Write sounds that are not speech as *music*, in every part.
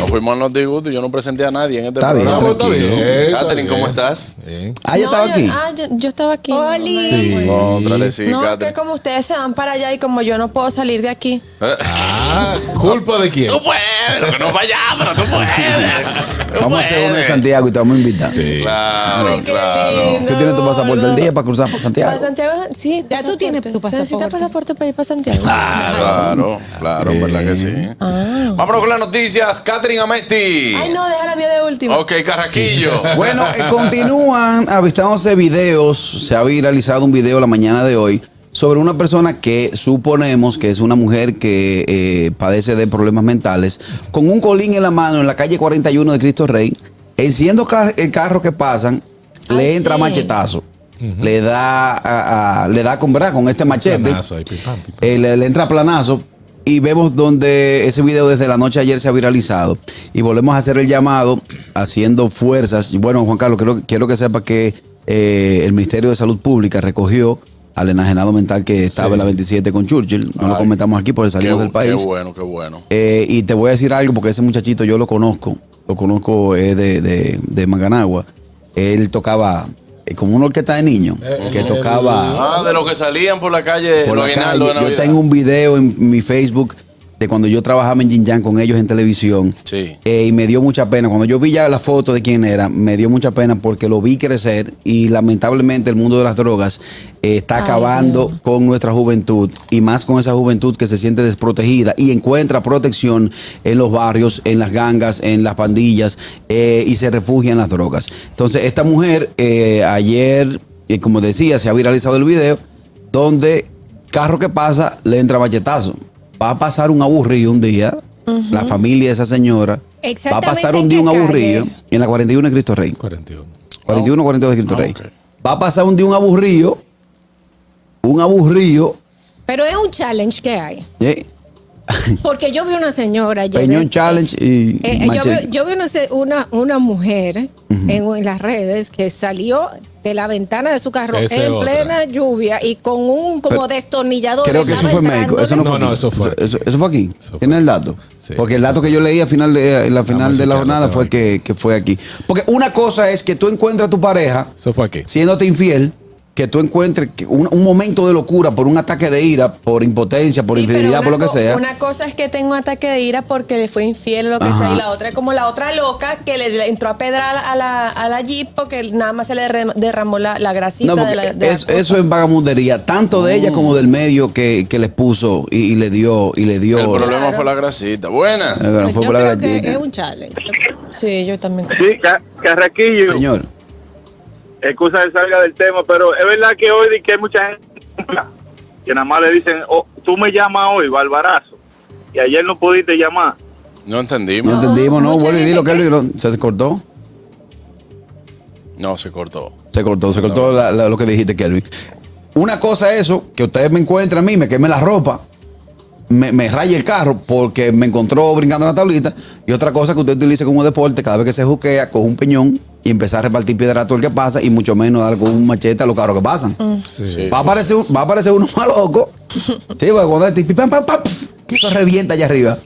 Nos fuimos a Noti Gusto y yo no presenté a nadie en este Está bien, programa. tranquilo. Catherine, ¿cómo estás? Ah, No, ya estaba yo- aquí. Ah, yo, yo estaba aquí. Oli. Sí. Contrale, sí, No, que Catherine. como ustedes se van para allá y como yo no puedo salir de aquí. *laughs* Ah, ¿Culpa de Oh. quién? puedes, que no vayamos, pero tú puedes. Tú Vamos a hacer uno en puedes. Santiago y te vamos a invitar. Claro, Ay, qué Ah, claro. lindo, Tú tienes tu pasaporte al gordo. día para cruzar para Para Santiago. Santiago, sí. Ya tú tienes tu pasaporte. Necesitas pasaporte para ir para Santiago. Ah, Claro, claro, verdad que sí. Vámonos con las noticias. Catherine Amesti. Ah. Ay, no, déjala mía de último. Ok, Carraquillo. Bueno, eh, continúan avistándose videos. Se ha viralizado un video la mañana de hoy sobre una persona que suponemos que es una mujer que eh, padece de problemas mentales, con un colín en la mano en la calle 41 de Cristo Rey, enciendo ca- el carro que pasan, le Ay, entra sí. machetazo. Le da, a- a- le da con, ¿verdad? con este machete. Planazo ahí, pim, pam, pim, pam. Eh, le, le entra planazo y vemos donde ese video desde la noche de ayer se ha viralizado. Y volvemos a hacer el llamado haciendo fuerzas. Y Bueno, Juan Carlos, quiero, quiero que sepa que eh, el Ministerio de Salud Pública recogió al enajenado mental que estaba en la 27 con Churchill. No lo Ay, comentamos aquí porque Qué, salimos del país. qué bueno, qué bueno. Eh, y te voy a decir algo, porque ese muchachito yo lo conozco, lo conozco eh, de, de, de Manganagua. Él tocaba eh, como una orquesta de niños, Eh, que eh, tocaba Ah, de los que salían por la calle, por los la aguinaldos de calle. Yo Navidad. tengo un video en mi Facebook de cuando yo trabajaba en Jinjan con ellos en televisión. Sí. Eh, y me dio mucha pena. Cuando yo vi ya la foto de quién era, me dio mucha pena porque lo vi crecer y lamentablemente el mundo de las drogas eh, está Ay, acabando Dios. con nuestra juventud y más con esa juventud que se siente desprotegida y encuentra protección en los barrios, en las gangas, en las pandillas eh, y se refugia en las drogas. Entonces, esta mujer eh, ayer, eh, como decía, se ha viralizado el video donde carro que pasa le entra bachetazo. Va a pasar un aburrido un día. La familia de esa señora va a Exactamente, pasar un ¿en qué día un aburrido calle? en la 41 de Cristo Rey. 41. 41, 42 de Cristo Ah, Rey. ok. Va a pasar un día un aburrido. Un aburrido. Pero es un challenge que *laughs* hay. ¿eh? Porque yo vi una señora ayer. Peñón Challenge y. Eh, eh, yo, machete. vi, yo vi una, se- una, una mujer en, en las redes que salió de la ventana de su carro Esa es en otra. plena lluvia y con un como Pero destornillador. Creo que eso estaba fue en México. Eso no, entrándole. fue No, aquí. no, eso fue Eso, eso fue aquí. Eso fue Tiene el dato. Sí. Porque el dato que yo leí al final de, en la final de la musical, jornada la fue que, que fue aquí. Porque una cosa es que tú encuentras a tu pareja Eso fue aquí. siéndote infiel, que tú encuentres que un, un momento de locura por un ataque de ira, por impotencia, por Sí, pero infidelidad, una por lo que co- sea. Una cosa es que tengo un ataque de ira porque le fue infiel o lo que Ajá. sea. Y la otra es como la otra loca que le, le entró a pedra a la, a la, a la Jeep porque nada más se le re- derramó la, la grasita No, porque de la. de la es- cosa. eso es vagabundería, tanto de ella Mm. como del medio que, que les puso y, y le dio, y le dio. El problema fue la grasita. Buenas. Eh, bueno, Yo fue por la creo que gratuita. es un challenge. Sí, yo también. creo. Sí, Ca- Carraquillo, Señor, excusa que salga del tema, pero es verdad que hoy di que hay mucha gente que nada más le dicen, oh, tú me llamas hoy, Barbarazo, y ayer no pudiste llamar. No no, entendimos. entendimos, no, mucha vuelve y di lo que gente él dijo. se cortó. No, se cortó. Se cortó, se cortó la- la- lo que dijiste, Kelvin. Una cosa es eso, que ustedes me encuentran a mí, me queme la ropa, me, me raye el carro porque me encontró brincando en la tablita. Y otra cosa que usted utilice como deporte, cada vez que se juquea, coge un peñón y empezar a repartir piedra a todo el que pasa y mucho menos dar con un machete a los carros que pasan. Sí. Sí. Va a aparecer, un- va a aparecer uno más loco. Sí, porque cuando el tipo, pam, pam, pam, que eso revienta allá arriba.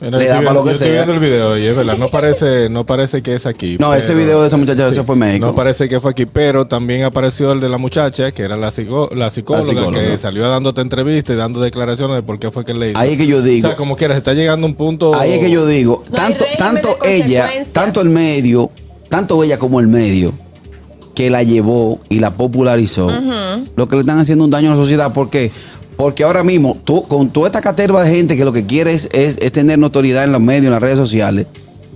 Mira, Le yo da estoy pa' viendo- lo que yo estoy sea. viendo el video y es verdad, no parece, no parece que es aquí. No, ese video de esa muchacha, ese fue en México. No parece que fue aquí, pero también apareció el de la muchacha, que era la, psico- la psicóloga, La psicóloga. que salió dándote entrevistas y dando declaraciones de por qué fue que le hizo. Ahí es que yo digo. O sea, como quieras, está llegando a un punto. Ahí es que yo digo, No hay tanto, régimen tanto de ella, consecuencia. tanto el medio, tanto ella como el medio, que la llevó y la popularizó, lo que le están haciendo un daño a la sociedad. ¿Por qué? Porque ahora mismo, tú, con toda esta caterva de gente que lo que quiere es, es- es tener notoriedad en los medios, en las redes sociales,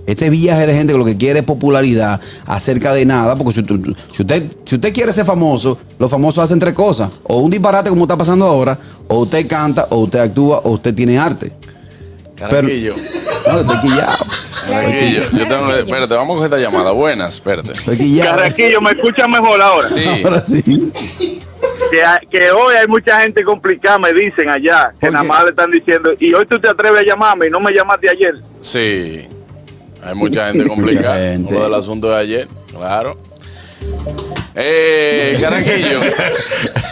este viaje de gente que lo que quiere es popularidad acerca de nada, porque si, tú- si usted, si usted quiere ser famoso, los famosos hacen tres cosas, o un disparate como está pasando ahora, o usted canta, o usted actúa, o usted tiene arte. Carraquillo. No, estoy quillado. Carraquillo. Yo tengo que- Espérate, vamos a coger esta llamada. Buenas, espérate. Estoy quillado. Carraquillo, ¿me escuchas mejor ahora? Sí. Ahora sí. Que, hay- que hoy hay mucha gente complicada, me dicen allá, que ¿Por nada qué? más le están diciendo, y hoy tú te atreves a llamarme y no me llamaste ayer. Sí. Hay mucha gente complicada Mucha gente. con lo del asunto de ayer, claro. Eh, Carraquillo,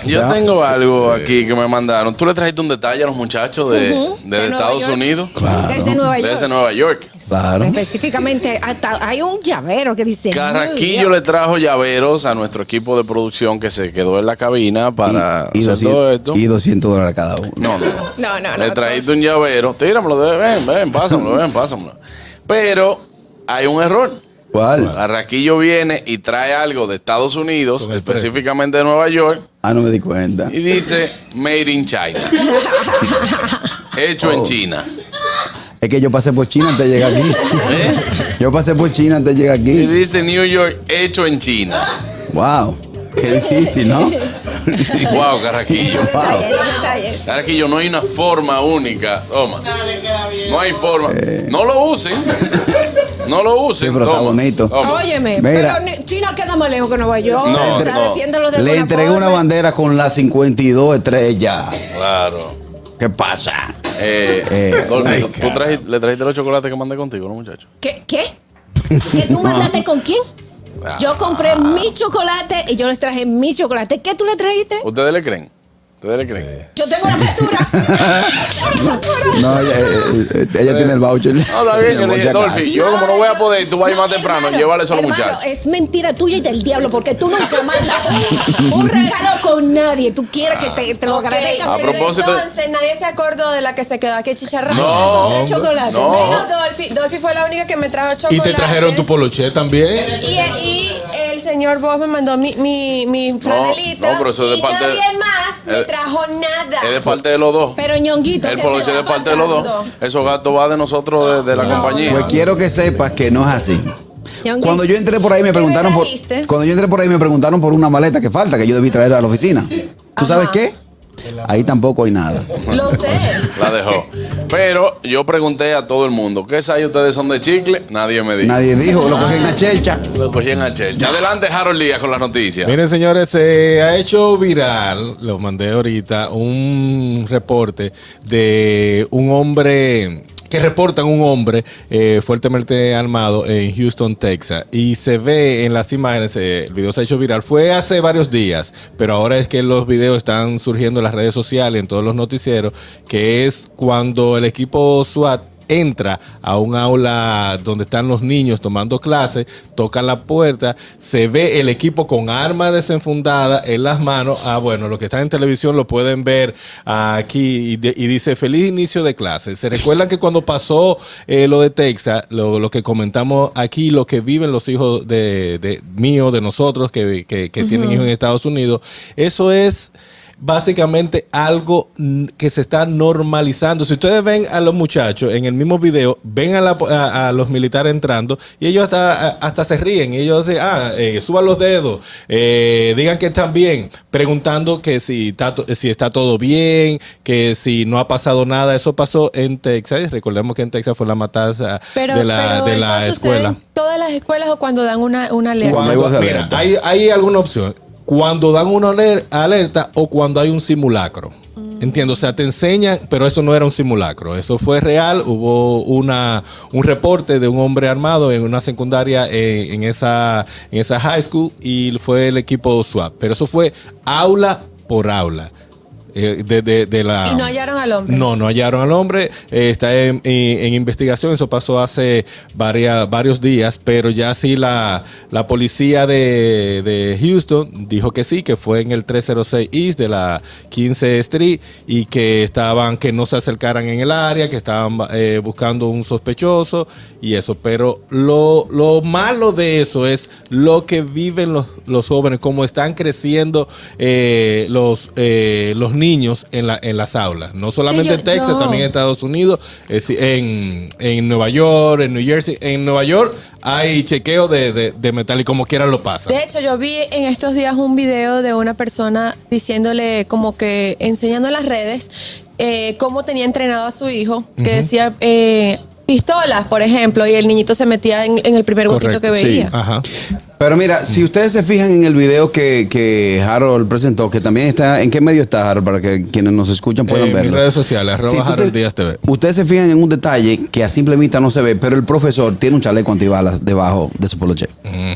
yo Ya. tengo algo aquí que me mandaron. Tú le trajiste un detalle a los muchachos de, Ujú, de de Nueva Estados York. Unidos. Desde Nueva York. Desde Nueva York. Claro. Específicamente, hasta hay un llavero que dice. Carraquillo New le York. trajo llaveros a nuestro equipo de producción que se quedó en la cabina para y, y hacer 200, todo esto. y 200 dólares cada uno. No, no, no. *laughs* No, no, Le no, trajiste un llavero. Tíramelo, de- ven, ven, pásamelo, ven, pásamelo. Pero hay un error. ¿Cuál? Carraquillo viene y trae algo de Estados Unidos, Con el precio. específicamente de Nueva York, Ah, no me di cuenta. y dice Made *laughs* in China. Hecho en Oh. China. Es que yo pasé por China antes de llegar aquí. ¿Eh? *laughs* Yo pasé por China antes de llegar Y aquí. dice New York, hecho en China. *laughs* Wow. Qué difícil, ¿no? *laughs* Wow, Carraquillo. Wow. Detalles. Carraquillo, no hay una forma única. Toma. No hay forma. No lo usen. No lo usen. Eh. Sí, pero está Toma. bonito. Toma. Óyeme, Mira. pero ni- China queda más lejos que Nueva York. No, o sea, no. defiéndelo de Le alguna entregué una forma. bandera con las 52 estrellas. Claro. ¿Qué pasa? Eh, Eh, Dolphy, ay, ¿tú- ¿tú caramba. trajiste- le trajiste los chocolates que mandé contigo, no, muchacho? ¿Qué? ¿Qué? ¿Que *laughs* tú mandaste con quién? Ah. Yo compré mi chocolate y yo les traje mi chocolate. ¿Qué tú le trajiste? ¿Ustedes le creen? ¿Ustedes le creen? Yo tengo la factura. *laughs* Yo tengo la factura. No, ella, eh, eh, ella tiene el voucher. No, está bien, yo le dije, Por si Dolphy, yo como no voy a poder, tú vas a ir más temprano, hermano, llévale eso a los hermano, muchachos. Es mentira tuya y del diablo, porque tú nunca mandas *laughs* un, un regalo con nadie. Tú quieres que te, te lo Ok, agradezcan. A pero propósito- Entonces, nadie se acordó de la que se quedó aquí chicharrón. No, Tres chocolates. no. Menos Dolphy. Dolphy fue la única que me trajo chocolate. Y te trajeron tu poloché también. Y, y el señor Boss me mandó mi, mi, mi franelita. no, pero eso es de y parte- Nadie más me Eh, trajo nada. Es de parte de los dos. Pero ñonguito. El ¿qué poloche te es de va parte de los dos. pasando? Esos gastos van de nosotros, de, de la compañía. Pues quiero que sepas que no es así. Ñonguito. Cuando yo entré por ahí me ¿Qué preguntaron me por trajiste? cuando yo entré por ahí me preguntaron por una maleta que falta que yo debí traer a la oficina. ¿Tú sabes qué? Ahí tampoco hay nada. Lo sé. La dejó. Pero yo pregunté a todo el mundo, ¿qué sabe ustedes son de chicle? Nadie me dijo. Nadie dijo, lo cogí en la chelcha. Lo cogí en HL. Adelante, Harold Díaz, con las noticias. Miren, señores, se ha hecho viral, lo mandé ahorita, un reporte de un hombre que reportan un hombre eh, fuertemente armado en Houston, Texas. Y se ve en las imágenes, eh, el video se ha hecho viral. Fue hace varios días, pero ahora es que los videos están surgiendo en las redes sociales, en todos los noticieros, que es cuando el equipo SWAT entra a un aula donde están los niños tomando clases, toca la puerta, se ve el equipo con armas desenfundadas en las manos. Ah, bueno, lo que está en televisión lo pueden ver aquí y, de- y dice feliz inicio de clase. Se recuerdan que cuando pasó eh, lo de Texas, lo, lo que comentamos aquí, lo que viven los hijos de, de mío, de nosotros que, que- que tienen hijos en Estados Unidos, eso es básicamente algo mm, que se está normalizando. Si ustedes ven a los muchachos en el mismo video, ven a, la po- a- a los militares entrando y ellos hasta, a- hasta se ríen. Ellos dicen, ah, eh, suban los dedos, eh, digan que están bien, preguntando que si está, to- si está todo bien, que si no ha pasado nada. Eso pasó en Texas. Recordemos que en Texas fue la matanza Pero, de la, pero de eso la sucede escuela. en todas las escuelas o cuando dan una, una alerta. Cuando hay voz de Mira, alerta. hay, hay alguna opción. Cuando dan una aler- alerta o cuando hay un simulacro. Mm. Entiendo, o sea, te enseñan, pero eso no era un simulacro. Eso fue real. Hubo una, un reporte de un hombre armado en una secundaria eh, en, esa, en esa high school y fue el equipo SWAT. Pero eso fue aula por aula. eh, de, de- de la, Y no hallaron al hombre. No, no hallaron al hombre. eh, está en, en- en investigación. Eso pasó hace varia- varios días, pero ya sí la, la policía de, de Houston dijo que sí, que fue en el 306 East de la 15 Street y que estaban, que no se acercaran en el área, que estaban eh, buscando un sospechoso y eso. Pero lo, lo malo de eso es lo que viven los, los jóvenes, cómo están creciendo eh, los, eh, los niños en, la, en las aulas. No solamente yo- en Texas, yo- también en Estados Unidos, es decir, en, en Nueva York, en New Jersey. En Nueva York hay chequeo de, de- de metal y como quieran lo pasan. De hecho, yo vi en estos días un video de una persona diciéndole, como que enseñando en las redes, eh, cómo tenía entrenado a su hijo, que decía, eh, pistolas, por ejemplo, y el niñito se metía en, en el primer huequito Correcto, que sí. veía. Ajá. Pero mira, si ustedes se fijan en el video que, que Harold presentó, que también está, ¿en qué medio está Harold? Para que quienes nos escuchan Eh, puedan mis verlo. redes sociales, arroba tú te- Harold Díaz TV. Ustedes se fijan en un detalle que a simple vista no se ve, pero el profesor tiene un chaleco antibalas debajo de su poloche.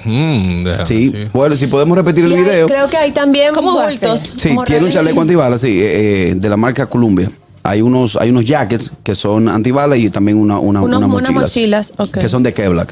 Ujú, déjame, Sí, Bueno, si podemos repetir el Y ahí- video. creo que hay también ¿Cómo va a bultos. ser? Sí, como tiene un redes. chaleco antibalas, sí, eh, eh, de la marca Columbia. Hay unos, hay unos jackets que son antibalas y también una, una, Unos- una unas mochila. mochilas, ok. Que son de Kevlar.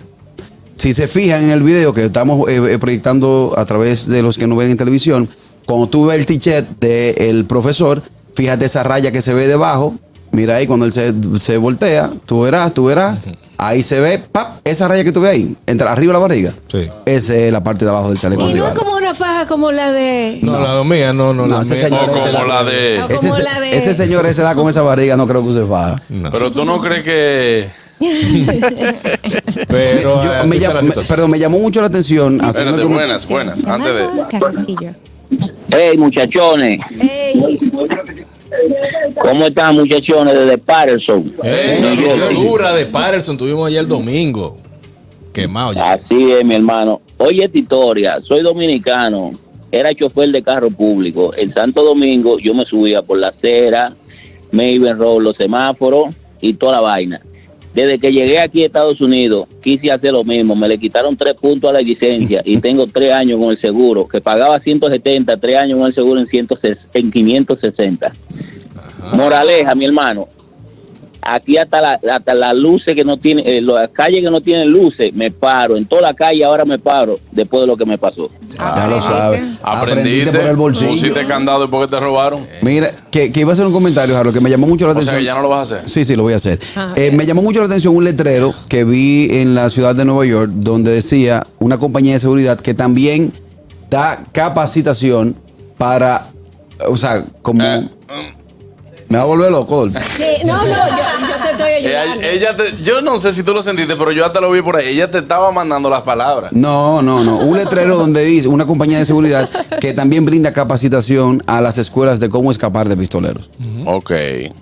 Si se fijan en el video que estamos eh, eh, proyectando a través de los que no ven en televisión, cuando tú ves el t-shirt del profesor, fíjate esa raya que se ve debajo. Mira ahí cuando él se, se voltea, tú verás, tú verás. Ahí se ve, ¡pap! Esa raya que tú ves ahí, entre arriba de la barriga. Sí. Esa es la parte de abajo del chaleco. Y no es antibalas. como una faja como la de. *laughs* No, la mía, no, no, No, la ese mía. señor O ese como la No, de. como Ese, se- la de- ese señor ese da con esa barriga, no creo que se faja. No. Pero tú no crees que. Pero Yo- así me está llam- la me- situación. perdón, me llamó mucho la atención. hace unos Espérate, minutos- buenas, buenas. Antes de. Carrasquillo. Hey, muchachones. ¿Cómo están, muchachones? Desde Patterson. Ey, Ey, la ey, dura de Patterson tuvimos ayer el domingo. Quemado Ah. ya. Así es, mi hermano. Oye, esta historia. Soy dominicano. Era chofer de carro público. En Santo Domingo yo me subía por la acera, me iba en rojo los semáforos y toda la vaina. Desde que llegué aquí a Estados Unidos, quise hacer lo mismo. Me le quitaron tres puntos a la licencia y tengo tres años con el seguro, que pagaba 170, tres años con el seguro en, 160 en 560. Moraleja, mi hermano. Aquí hasta, la- hasta las luces que no tienen, eh, las calles que no tienen luces, me paro. En toda la calle ahora me paro después de lo que me pasó. ya lo sabes. Aprendiste. por el bolsillo. Pusiste candado y porque te robaron. Mira, que, que iba a hacer un comentario, Harold, que me llamó mucho la O sea atención. que ya no Ah, lo vas a hacer. Sí, sí, lo voy a hacer. Eh, Me llamó mucho la atención un letrero que vi en la ciudad de Nueva York donde decía una compañía de seguridad que también da capacitación para, o sea, como... Eh, Me va a volver loco. Dolph. Sí, no, no, yo, yo te estoy Ella, ayudando. ella te- yo no sé si tú lo sentiste, pero yo hasta lo vi por ahí. Ella te estaba mandando las palabras. No, no, no. Un letrero donde dice una compañía de seguridad que también brinda capacitación a las escuelas de cómo escapar de pistoleros. Ok.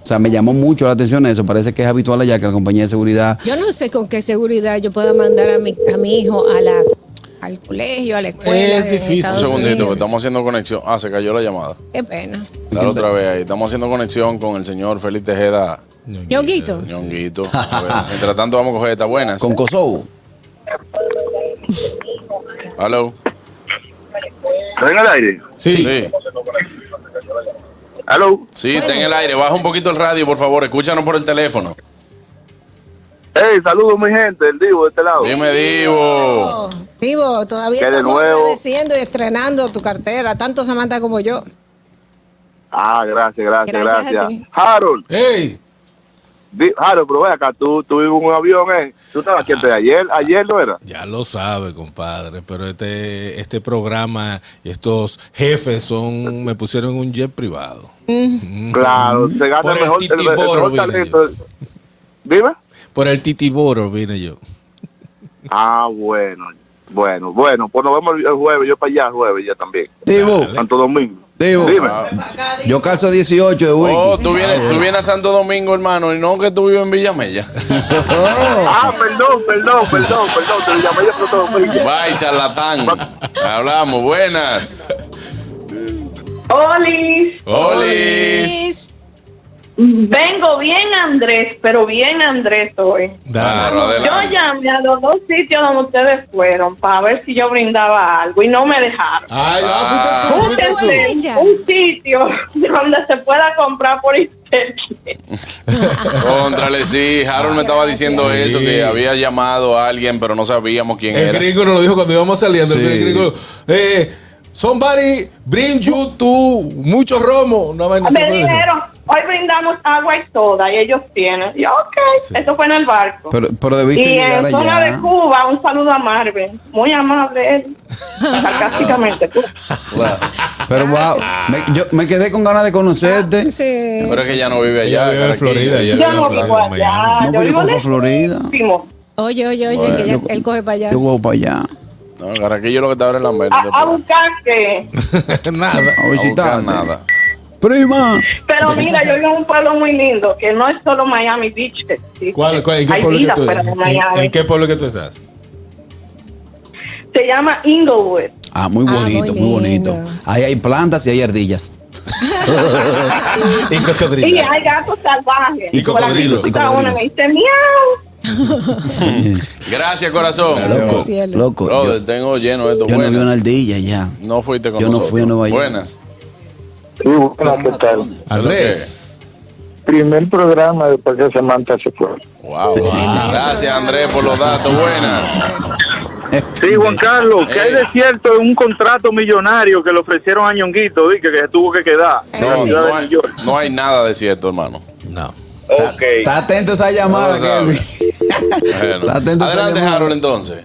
O sea, me llamó mucho la atención eso. Parece que es habitual allá que la compañía de seguridad. Yo no sé con qué seguridad yo pueda mandar a mi, a mi hijo a la, al colegio, a la escuela. Es en difícil. Un Estados segundito, que Unidos. estamos haciendo conexión. Ah, se cayó la llamada. Qué pena. Dale otra vez ahí. Estamos haciendo conexión con el señor Félix Tejeda Ñonguito. Ñonguito. A ver, Mientras tanto, vamos a coger estas buenas. Con Kosovo. Hello. ¿Está en el aire? Sí. Sí, ¿Aló? Sí, está en el aire. Baja un poquito el radio, por favor. Escúchanos por el teléfono. Hey, saludos, mi gente, el Divo de este lado. Dime, Divo. Vivo, todavía Que de estamos nuevo- agradeciendo y estrenando tu cartera, tanto Samantha como yo. Ah, gracias, gracias, Gracias a gracias. ti. Harold, Ey, di- Harold, pero ve acá, tú tuvimos un avión, ¿eh? Tú estabas aquí antes de ayer, ayer no era. ya lo sabe, compadre, pero este, este programa y estos jefes son, me pusieron un jet privado. Claro, se gana Por el el mejor, el- el titiboro mejor vine talento. Dime. Por el titiboro vine yo. Ah, bueno, bueno, bueno, pues nos vemos el el jueves, yo para allá el jueves ya también. Divo, Santo Domingo. Divo. Dime. Yo calzo 18 de wiki. Oh, tú vienes, tú vienes a Santo Domingo, hermano, y no que tú vives en Villamella. Ah, perdón, perdón, perdón, perdón, te lo llamé yo Santo Domingo. Bye, charlatán. Hablamos. Buenas. Oli, Oh, Olis. vengo bien Andrés, pero bien Andrés hoy. Claro, Yo Ah, adelante. llamé a los dos sitios donde ustedes fueron para ver si yo brindaba algo y no me dejaron. Ay, Ah. fuiste tú, fuiste tú. Búsquense ella? un sitio donde se pueda comprar por internet. Contrale, sí. Harold me estaba diciendo Sí. eso, que había llamado a alguien, pero no sabíamos quién El era. gringo nos lo dijo cuando íbamos saliendo. Sí. El gringo, eh, somebody bring you to mucho romo. Una vaina así Me fue. dijeron, hoy brindamos agua y soda y ellos tienen. Yo, ok, eso fue en el barco. Pero, pero debiste y llegar en zona de allá. Cuba, un saludo a Marvin, muy amable él, *laughs* sarcásticamente. tú. Pero wow, me, yo me quedé con ganas de conocerte. Sí. Pero es que ya no vive Ella allá. vive en Caraquillo. Florida. ella Yo vive en no Florida, vivo en Miami. allá. No, pero yo vivo como Florida. lejísimo. Oye, oye, oye, Bueno. que ella- Yo- él coge para allá. Yo voy para allá. No, ah, Caraquillo lo que está ahora es la A, a buscar que *laughs* Nada. A No visitar. nada. Prima. Pero mira, yo vivo en un pueblo muy lindo, que no es solo Miami Beach. que sí. ¿Cuál- cuál- en, qué Hay pueblo que vida tú, fuera de en- Miami. en qué pueblo que tú estás? Se llama Inglewood. Ah, muy Ah, bonito, muy muy, bonito. lindo. Ahí hay plantas y hay ardillas. Y *laughs* Y cocodrilos. hay gatos salvajes. Y cocodrilos, Por y aquí cruza uno cocodrilos. me dice miau. Gracias, corazón. Loco, cielo. loco. Brother, yo tengo lleno esto. yo no Buenas. vi No, una ardilla ya. fuiste con yo no nosotros. fui a Nueva York. Buenas. Sí, buenas, ¿qué tal? Andrés. Primer programa después que Samantha se fue. Wow. Gracias, Andrés, por los datos. Buenas. *laughs* Sí, Eh. Juan Carlos, que hay de cierto en un contrato millonario que le ofrecieron a Ñonguito, di, que, que se tuvo que quedar en la No, ciudad no de New hay, York. no hay nada de cierto, hermano. No. Ok. Está atento a esa No llamada, lo sabe. Kelvin. Bueno. Está atento a esa Adelante, llamada. Harold, entonces.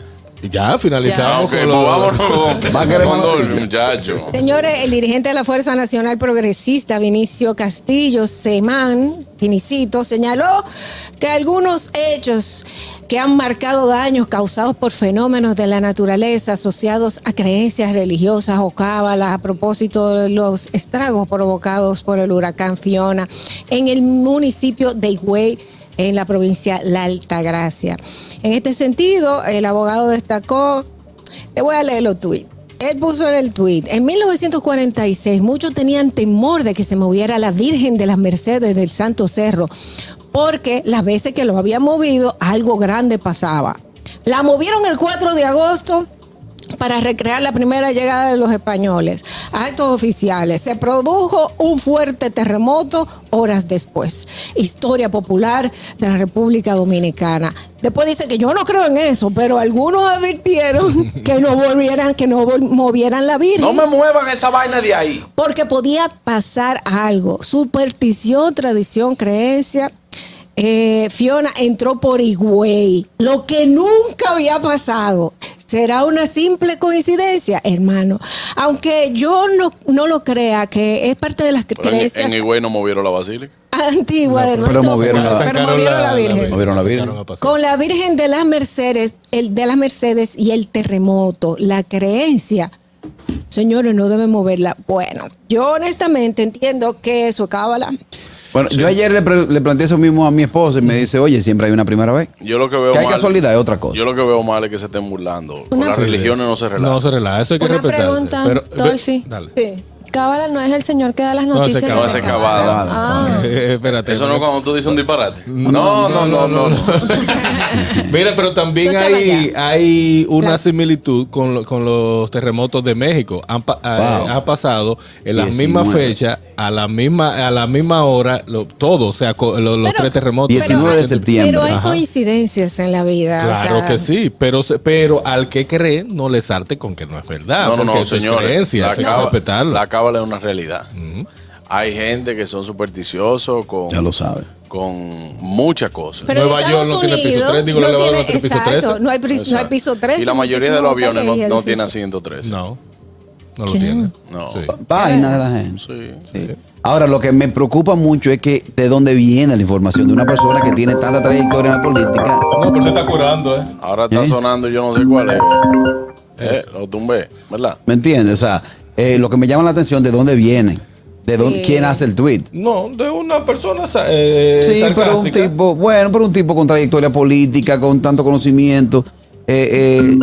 Ya Ah, finalizamos ok, pues con los- vámonos con, *laughs* Va a querer con más Dolphy, noticias. muchacho. Señores, el dirigente de la Fuerza Nacional Progresista, Vinicio Castillo Semán, Vinicito, señaló que algunos hechos que han marcado daños causados por fenómenos de la naturaleza asociados a creencias religiosas o cábalas, a propósito de los estragos provocados por el huracán Fiona en el municipio de Higüey, en la provincia La Altagracia. En este sentido, el abogado destacó, te voy a leer los tweets. Él puso en el tweet, en 1946 muchos tenían temor de que se moviera la Virgen de las Mercedes del Santo Cerro, porque las veces que lo había movido algo grande pasaba. La movieron el 4 de agosto para recrear la primera llegada de los españoles. Actos oficiales. Se produjo un fuerte terremoto horas después. Historia popular de la República Dominicana. Después dice que yo no creo en eso, pero algunos advirtieron que no volvieran, que no vol- movieran la Virgen No me muevan esa vaina de ahí. porque podía pasar algo. Superstición, tradición, creencia. Eh, Fiona entró por Higüey, lo que nunca había pasado. ¿Será una simple coincidencia, hermano? Aunque yo no, no lo crea, que es parte de las Pero en, creencias en Higüey no movieron la basílica. antiguas de pero nuestro movieron pero la- movieron la Virgen. Movieron la Virgen. Sacaron a pasear. Con la Virgen de las Mercedes, el de las Mercedes y el terremoto, la creencia. Señores, no deben moverla. Bueno, yo honestamente entiendo que eso cábala. Bueno, yo ayer le, pre- le planteé eso mismo a mi esposa y me dice, oye, siempre hay una primera vez. Yo lo que veo Que hay mal- casualidad, es otra cosa. Yo lo que veo mal es que se estén burlando. Con Una- las Sí. religiones no se relajan. No se relaja, eso hay que Una respetarse. pregunta, Pero- Dolphy. Dale. *laughs* Sí. Cábala no es el señor que da las No, noticias. ese de Cábala. ese esa Cábala. Cábala. Ah. Eh, espérate. Eso no es espérate. cuando tú dices un disparate. No, no, no, no. *laughs* Mira, pero también Suéltala hay, hay una Claro. similitud con, lo- con los terremotos de México. Han pa- ah, Wow. Ha pasado en la misma 19. fecha, a la misma, a la misma hora, lo- todo, o sea, co- lo- los Pero- tres terremotos. 19 de septiembre. Pero hay Ajá. coincidencias en la vida. o Claro sea, que sí, pero, se- pero al que cree, no le sarte con que no es verdad. No, no, *laughs* porque no, eso es señores. creencia, La eso hay que cábala- respetarlo. la cábala es una realidad. Ujú. Hay gente que son supersticiosos con, Ya lo sabe. con muchas cosas. Pero Nueva en York Estados no tiene piso Unidos tres, digo, no Nueva York tiene- no tiene piso exacto, trece. no hay, pris- no hay Exacto. piso 13. Y la mayoría de los aviones no, no tienen asiento 13. No, no lo ¿Qué? tiene. No. Sí. Vaina de la gente. Sí. Sí. Ahora, lo que me preocupa mucho es que de dónde viene la información de una persona que tiene tanta trayectoria en la política. No, pero se está curando, ¿eh? Ahora está ¿Eh? sonando, yo no sé cuál es. Eh, lo tumbé, ¿verdad? ¿Me entiendes? O sea, eh, lo que me llama la atención de dónde viene, de dónde, Sí. quién hace el tweet. No, de una persona sa- eh, Sí, pero un sarcástica. tipo, bueno, pero un tipo con trayectoria política, con tanto conocimiento. eh, eh,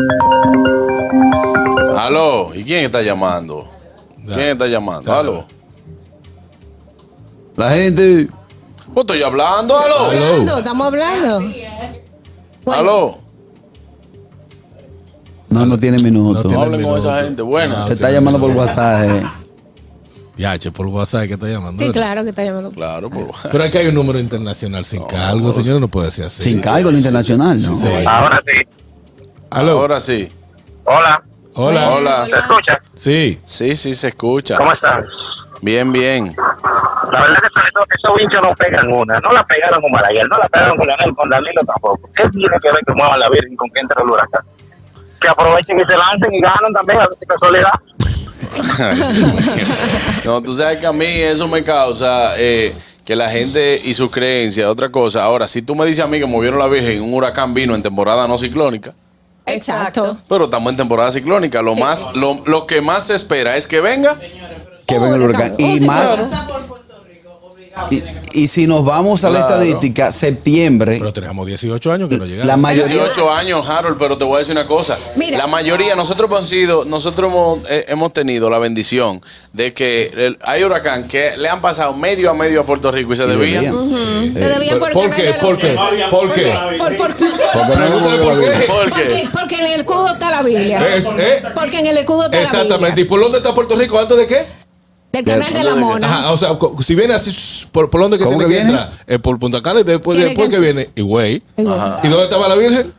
Aló, ¿y quién está llamando? Ya. ¿Quién está llamando? Ya. Aló. la gente. Yo Pues estoy hablando, aló. Aló. Hablando, estamos hablando. Oh. Bueno, Aló. No, no tiene No minuto. No tiene- hablen con esa minuto. gente. Buena. No. Te está llamando por WhatsApp. eh. Ya, che, por WhatsApp que está llamando. Sí, claro que está llamando. Claro, pues. Pero aquí hay un número internacional sin cargo, señor, no puede ser así. Sin cargo el internacional, ¿no? Sí. Ahora sí. Aló. Ahora sí. Hola, Hola. Hola. ¿se escucha? Sí. Sí, sí, se escucha. ¿Cómo estás? Bien, bien. La verdad que sobre todo que esos hinchas no pegan una. No la pegaron con Marayal, no la pegaron con Leonel, con Danilo tampoco. ¿Qué tiene que ver que muevan la Virgen con que entra el huracán? Que aprovechen y se lancen y ganan también, a ver si casualidad. no, tú sabes que a mí eso me causa eh, que la gente y sus creencias, otra cosa. Ahora, si tú me dices a mí que movieron la Virgen, un huracán vino en temporada no ciclónica, Exacto. Exacto. pero estamos en temporada ciclónica. Lo más, lo, lo que más se espera es que venga que ven el huracán. Y más, y, y si nos vamos a la Claro. estadística, septiembre, Pero tenemos 18 años que no llegamos. la mayoría... 18 años, Harold, pero te voy a decir una cosa. Mira. La mayoría, nosotros hemos sido, nosotros hemos, eh, hemos tenido la bendición de que el- hay huracán que le han pasado medio a medio a Puerto Rico y se debían. debían. Ujú. Te debían ¿Por el qué? canal. ¿Por qué? ¿Por qué? Por, por, por- Porque no Pregúntale hemos por leído. qué. ¿Por porque, qué? porque en el escudo está la Biblia. Es- eh, Porque en el escudo está la Exactamente. ¿Y Biblia. por dónde está Puerto Rico? ¿Antes de qué? Del canal de la mona. Ajá, o sea, co- si viene así, sh- ¿por, por dónde que ¿Cómo tiene que, que viene? entrar? Eh, por Punta Cana y después, Tiene después que que, viene. Y güey. Ajá. ¿Y dónde estaba la Virgen?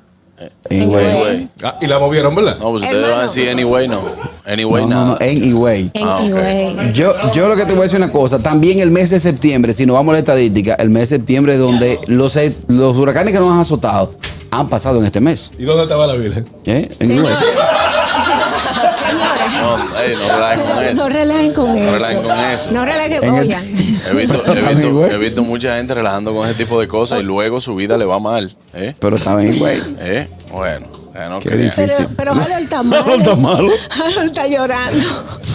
Anyway. Anyway. Ah, y la movieron, ¿verdad? No, pues ustedes Hermano. van a decir anyway, no. Anyway, No, nada. no, no, anyway. En- Ah, ok. anyway. Yo, yo lo que te voy a decir una cosa, también el mes de septiembre, si nos vamos a la estadística, el mes de septiembre es donde los, los huracanes que nos han azotado han pasado en este mes. ¿Y dónde estaba la Virgen? ¿eh? En Señores. Uruguay. Señores. No, ey, no relajen con No eso. relajen con eso. relajen con eso. No relajen En el- oigan. He visto, he, También, visto, güey. he visto mucha gente relajando con ese tipo de cosas y luego su vida le va mal. ¿Eh? Pero también, güey. ¿Eh? Bueno, eh, no Qué quería. difícil. Pero, Difícil. pero Harold está malo. Harold está malo. Harold está llorando.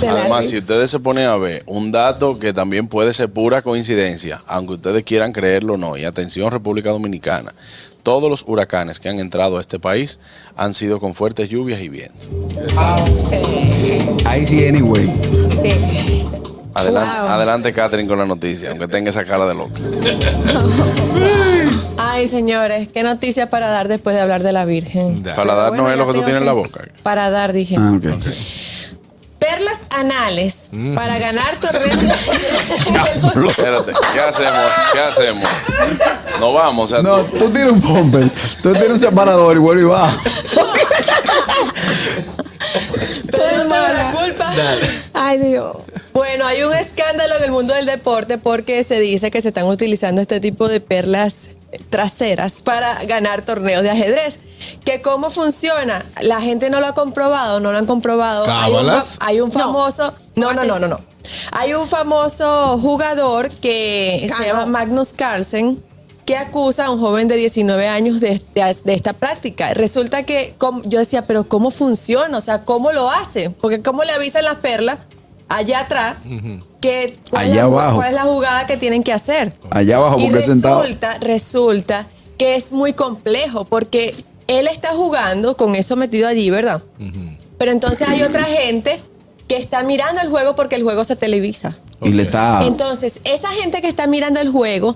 de la Además, si risa. ustedes se ponen a ver un dato que también puede ser pura coincidencia, aunque ustedes quieran creerlo o no, y atención República Dominicana, todos los huracanes que han entrado a este país han sido con fuertes lluvias y vientos. Sí, Ahí sí, anyway. sí. Adelante, Wow. adelante Catherine, con la noticia, aunque tenga esa cara de loco. Ay, señores, qué noticias para dar después de hablar de la Virgen. Da. Para dar Bueno, no es ya lo que tú tengo tienes en la boca. Para dar, dije. Ah, ok. Perlas anales Mm. para *laughs* ganar torneos. *laughs* Espérate, ¿qué hacemos? ¿Qué hacemos? Nos vamos. o sea, No, tú- tú tienes un bomber, tú tienes un separador y vuelve y va. Todo el mundo me la culpa. Ay, Dios. Bueno, hay un escándalo en el mundo del deporte porque se dice que se están utilizando este tipo de perlas traseras para ganar torneos de ajedrez. ¿Que ¿Cómo funciona? La gente no lo ha comprobado, no lo han comprobado. Hay un, fa- ¿Cábalas? hay un famoso... No, no, no, no, no. Hay un famoso jugador que se Ganó. llama Magnus Carlsen que acusa a un joven de 19 años de, de- de esta práctica. Resulta que com- yo decía, pero ¿cómo funciona? O sea, ¿cómo lo hace? Porque ¿cómo le avisan las perlas allá atrás que cuál, es Allá la, ju- abajo. cuál es la jugada que tienen que hacer? Allá abajo, Y porque sentado. resulta, resulta que es muy complejo porque él está jugando con eso metido allí, ¿verdad? Pero entonces hay otra gente que está mirando el juego porque el juego se televisa. Y le Ok. está. Entonces, esa gente que está mirando el juego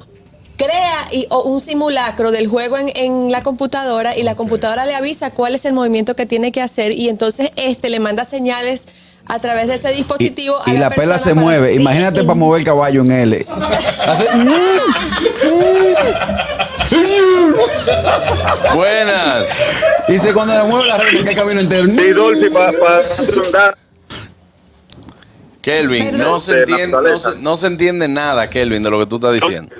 crea y- o un simulacro del juego en, en la computadora y la computadora le avisa cuál es el movimiento que tiene que hacer y entonces este le manda señales a través de ese Y, dispositivo. a y la persona perla se para- mueve. Sí, Imagínate y- para mover el caballo en L. *laughs* Hace, mm. Buenas. dice cuando le mueve la red, que el camino entero. Mm. Sí, Dulce, para andar. Kelvin, Perdón. no se, De entiende, no, naturaleza. se, no se entiende nada, Kelvin, de lo que tú estás diciendo.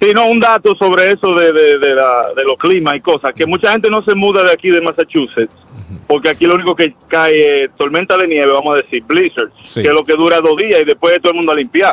Sí, no, un dato sobre eso de, de, de, la- de los climas y cosas, que mucha gente no se muda de aquí de Massachusetts, porque aquí lo único que cae es tormenta de nieve, vamos a decir, blizzard, Sí. que es lo que dura dos días y después todo el mundo a limpiar.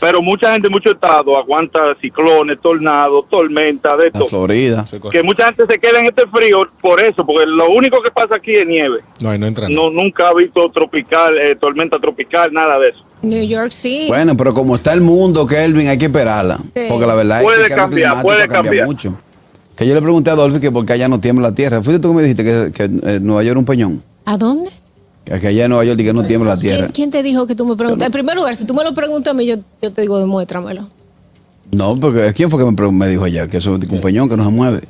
Pero mucha gente, mucho estado, aguanta ciclones, tornados, tormentas, de La todo. Florida. Se corre. Que mucha gente se queda en este frío por eso, porque lo único que pasa aquí es nieve. No, ahí no entra. No, nunca ha visto tropical, eh, tormenta tropical, nada de eso. New York sí. Bueno, pero como está el mundo, Kelvin, hay que esperarla. Sí. Porque la verdad es que Puede el cambio cambiar, climático puede cambia cambiar. mucho. Que yo le pregunté a Dolphy que por qué allá no tiembla la tierra. Fuiste tú que me dijiste que, que, eh, Nueva York era un peñón. ¿A dónde? Que que allá en Nueva York y que no tiembla la tierra. ¿Quién, quién te dijo que tú me preguntas? En primer lugar, si tú me lo preguntas a mí, yo, yo te digo, demuéstramelo. No, porque ¿quién fue que me, pregun- me dijo allá? Que eso es un peñón que no se mueve.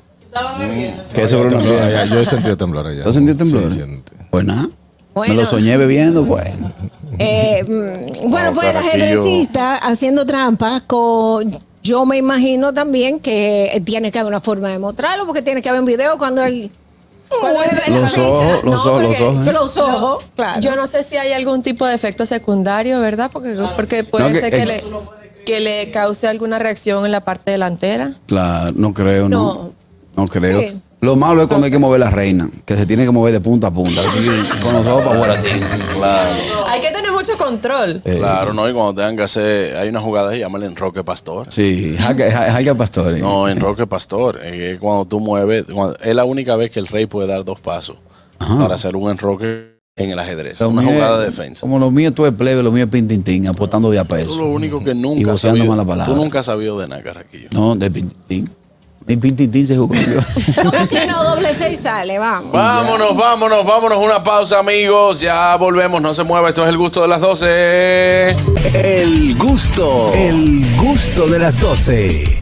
Que eso Yo, era una temblor, ya, piedra. yo he sentido temblor allá. ¿Lo sentí temblor? Sí, siente. Pues nada. Bueno. Me lo soñé bebiendo, pues. Eh, mm, bueno, No, pues el Carraquillo. ajedrecista haciendo trampas con... Yo me imagino también que tiene que haber una forma de mostrarlo, porque tiene que haber un video cuando él... cuando él ve la Los ficha. ojos, los ojos, los porque ojos. ¿eh? Los ojos, claro. Yo no sé si hay algún tipo de efecto secundario, ¿verdad? Porque, porque puede No, que- ser que, eh, le, que le cause alguna reacción en la parte delantera. Claro, no creo, no. No, creo. Sí. Lo malo es cuando hay que mover la reina, que se tiene que mover de punta a punta. Con los ojos para afuera así. Claro, Hay que tener mucho control. claro, no, y cuando tengan que hacer, hay una jugada que llaman enroque pastor. Sí, Jaque ja- eh. Jaque Pastore. No, enroque pastor. eh, cuando tú mueves, cuando- es la única vez que el rey puede dar dos pasos Ajá. para hacer un enroque en el ajedrez. Lo una mío jugada de es- defensa. Como lo mío tú es plebe, lo mío es pintintín, apostando de a Tú peso. lo único que Y nunca has voceando sabido, malas palabras. tú nunca has sabido de nada, Carraquillo. No, de pintintín. Ni pintintín *laughs* se jugó yo. Uno, doble seis sale, vamos. Vámonos, vámonos, vámonos. Una pausa, amigos. Ya volvemos. No se mueva. Esto es el gusto de las 12. El gusto, el gusto de las 12.